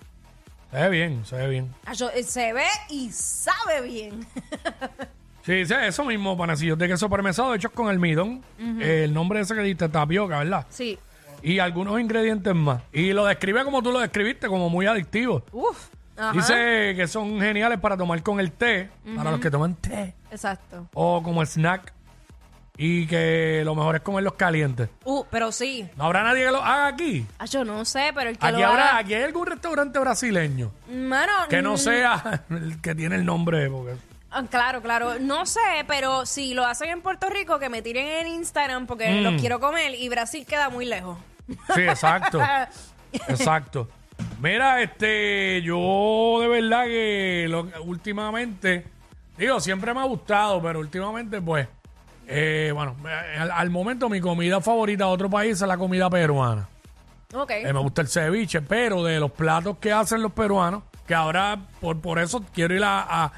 Se ve bien, se ve bien. Ah, yo- eh, se ve y sabe bien. Sí, sí, eso mismo, panecillos de queso parmesano hechos con almidón. Eh, el nombre ese que diste, tapioca, ¿verdad? sí. Y algunos ingredientes más. Y lo describe como tú lo describiste, como muy adictivo. Uf. Ajá. Dice que son geniales para tomar con el té, para los que toman té, Exacto. o como snack. Y que lo mejor es comerlos calientes. Uh, pero sí. ¿No habrá nadie que lo haga aquí? Ah, yo no sé, pero el que Aquí lo habrá, haga- aquí hay algún restaurante brasileño. Mano, Que no mm, sea el que tiene el nombre. Porque... Ah, Claro, claro. No sé, pero si lo hacen en Puerto Rico, que me tiren en Instagram porque Mm. los quiero comer y Brasil queda muy lejos. Sí, exacto. exacto. Mira, este, yo de verdad que lo- últimamente, digo, siempre me ha gustado, pero últimamente, pues, eh, bueno, eh, al, al momento mi comida favorita de otro país es la comida peruana. Ok. Eh, me gusta el ceviche, pero de los platos que hacen los peruanos, que ahora por, por eso quiero ir a, a-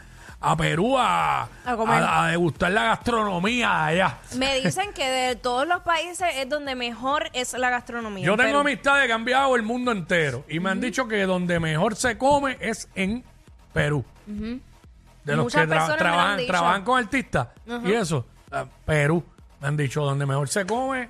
a Perú a, A comer. a- a degustar la gastronomía de allá. Me dicen que de todos los países es donde mejor es la gastronomía. Yo tengo Pero- amistades que han viajado el mundo entero y me han dicho que donde mejor se come es en Perú. De los Muchas que tra- personas me lo han trabajan, dicho. trabajan con artistas y eso, eh, Perú. Me han dicho donde mejor se come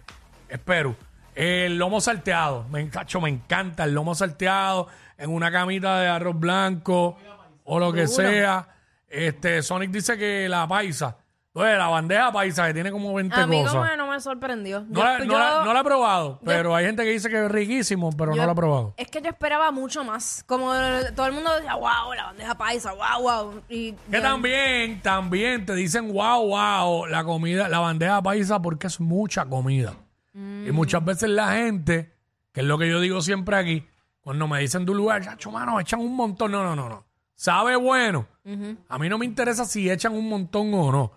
es Perú. El lomo salteado, me, encacho, me encanta el lomo salteado en una camita de arroz blanco o lo que Seguro. sea. Este Sonic dice que la paisa, pues, la bandeja paisa que tiene como 20 Amigo, cosas. me- no me sorprendió. No, Yo- la, no, la- yo- no la he probado, pero hay gente que dice que es riquísimo, pero yo- no la he probado. Es que yo esperaba mucho más. Como todo el mundo decía, wow, la bandeja paisa, wow, wow. Y Que yo- también, también te dicen, wow, wow, la comida, la bandeja paisa, porque es mucha comida. Y muchas veces la gente, que es lo que yo digo siempre aquí, cuando me dicen de un lugar, chacho, mano, echan un montón. No, no, no, no. Sabe bueno. A mí no me interesa si echan un montón o no.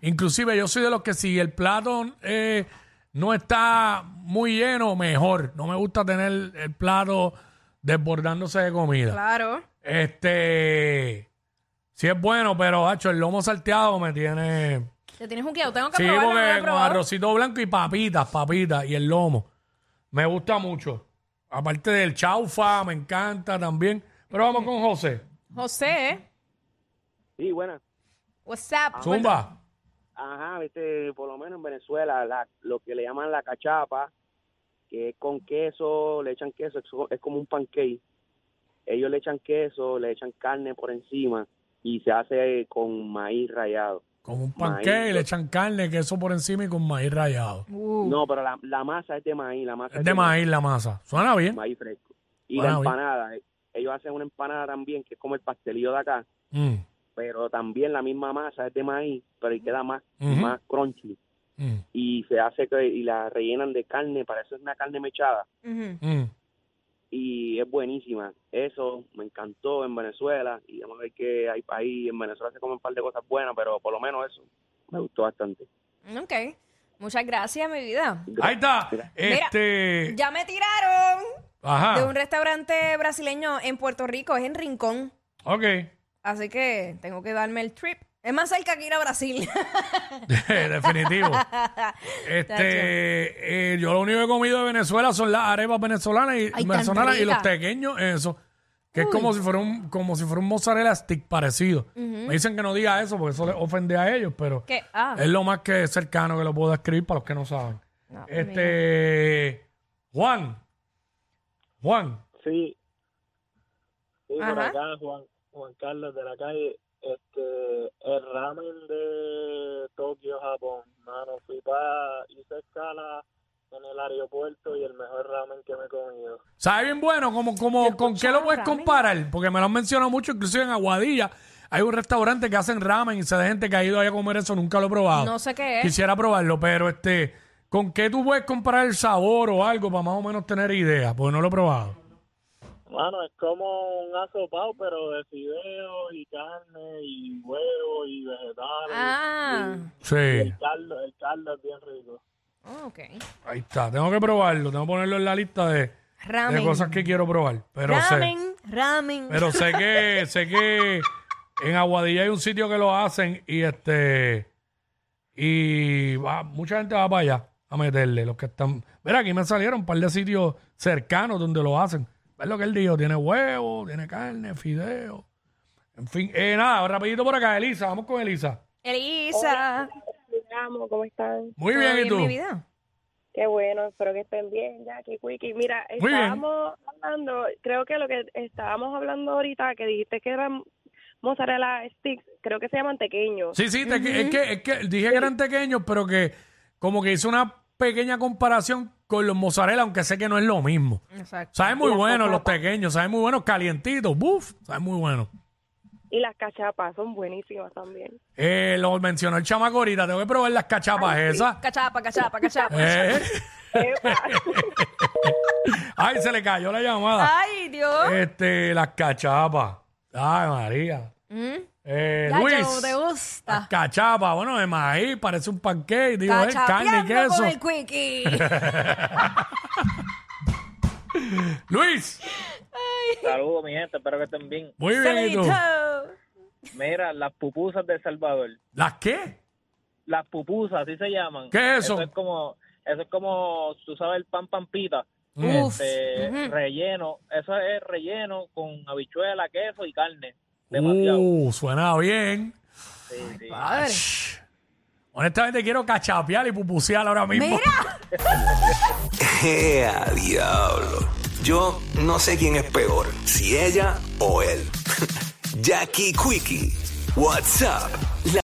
Inclusive yo soy de los que si el plato eh, no está muy lleno, mejor. No me gusta tener el plato desbordándose de comida. Claro. Este. Sí es bueno, pero, hacho, el lomo salteado me tiene. Te tienes un Tengo que Sí, probarlo. no lo he porque con probado. arrocito blanco y papitas, papitas y el lomo. Me gusta mucho. Aparte del chaufa, me encanta también. Pero vamos con José. José, Sí, buena. what's up? Zumba. Ajá, viste, por lo menos en Venezuela, la- lo que le llaman la cachapa, que es con queso, le echan queso, es, co- es como un pancake. Ellos le echan queso, le echan carne por encima y se hace con maíz rallado. Con un panqué, Maíz. le echan carne, queso por encima y con maíz rallado. Uh. No, pero la, la masa es de maíz, la masa Es de maíz la masa. Suena bien. maíz fresco. Y Bueno, la bien. empanada, eh, ellos hacen una empanada también, que es como el pastelillo de acá, Mm, pero también la misma masa es de maíz, pero y queda más, Ujú. más crunchy. mm, Y se hace que, y la rellenan de carne, para eso es una carne mechada. Ujú. mm. y es buenísima. Eso me encantó en Venezuela y vamos a ver que hay país, en Venezuela se comen un par de cosas buenas, pero por lo menos eso me gustó bastante. Ok. Muchas gracias, mi vida. Ahí está. Mira, Este. Ya me tiraron de un Ajá. restaurante brasileño en Puerto Rico, es en Rincón. Ok. Así que tengo que darme el trip. Es más cerca que ir a Brasil. Definitivo. Este. eh, yo lo único que he comido de Venezuela son las arepas venezolanas y, Ay, tan venezolanas y los rica. tequeños, eso. Que es como si fuera un, como si fuera un mozzarella stick parecido. Me dicen que no diga eso porque eso les ofende a ellos, pero. ¿Qué? Ah. Es lo más que cercano que lo puedo describir para los que no saben. No, este. Juan. Juan. Sí. Sí, por Ajá. acá, Juan, Juan Carlos de la calle. Este, el ramen de Tokio, Japón. Mano, fui para, hice escala en el aeropuerto y el mejor ramen que me he comido. ¿Sabe bien bueno? ¿Cómo, cómo, ¿Con qué lo puedes ramen. comparar? Porque me lo han mencionado mucho, inclusive en Aguadilla. Hay un restaurante que hacen ramen y sé de gente que ha ido ahí a comer eso, nunca lo he probado. No sé qué es. Quisiera probarlo, pero este, ¿con qué tú puedes comparar el sabor o algo para más o menos tener idea? Porque no lo he probado. Mano, es como un asopado, pero de fideos y carne y huevos y vegetales. Ah. Sí, El caldo, el caldo es bien rico. Oh, ok. ahí está. Tengo que probarlo, tengo que ponerlo en la lista de, de Ramen. cosas que quiero probar. Pero sé, Ramen, ramen. pero sé que, sé que en Aguadilla hay un sitio que lo hacen y este y va- mucha gente va para allá a meterle, los que están. Mira, aquí me salieron un par de sitios cercanos donde lo hacen. ¿Ves lo que él dijo? Tiene huevo, tiene carne, fideo. En fin, eh, nada, rapidito por acá, Elisa, vamos con Elisa. Elisa. Amo, ¿cómo están? Oh, Muy ¿todo bien, ¿y tú? mi vida? Qué bueno, espero que estén bien, Jackie, Quickie. Mira, Muy bien. estábamos hablando, creo que lo que estábamos hablando ahorita, que dijiste que eran mozzarella sticks, creo que se llaman tequeños. Sí, sí, te- es, que, es que dije que eran pequeños, pero que como que hice una pequeña comparación con los mozzarella, aunque sé que no es lo mismo. Exacto. Saben muy buenos los pequeños, saben muy buenos, calientitos, buf, saben muy buenos. Y las cachapas son buenísimas también. Eh, lo mencionó el chamaco ahorita, tengo que probar las cachapas esas. Cachapa, cachapa, cachapa. Eh. Epa. Ay, se le cayó la llamada. Ay, Dios. Este, las cachapas. Ay, María. Mm. Eh, Ya, Luis. yo, te gusta. Las cachapas, bueno, de maíz, parece un pancake, digo, es carne y Cachapeando queso. con el quickie. Luis, Saludos, mi gente, espero que estén bien. muy bien, ¿y tú? Saludito. Mira, las pupusas de Salvador. ¿Las qué? Las pupusas, así se llaman. ¿Qué es eso? Eso es como, eso es como tú sabes, el pan pampita. Mm. Uf. Este, Ujú. Relleno, eso es relleno con habichuela, queso y carne. Demasiado. Uh, suena bien. Sí, sí. Padre. Shh. Honestamente quiero cachapear y pupusear ahora mismo. Mira. ¡Ea, diablo! Yo no sé quién es peor, si ella o él. Jackie Quickie, WhatsApp.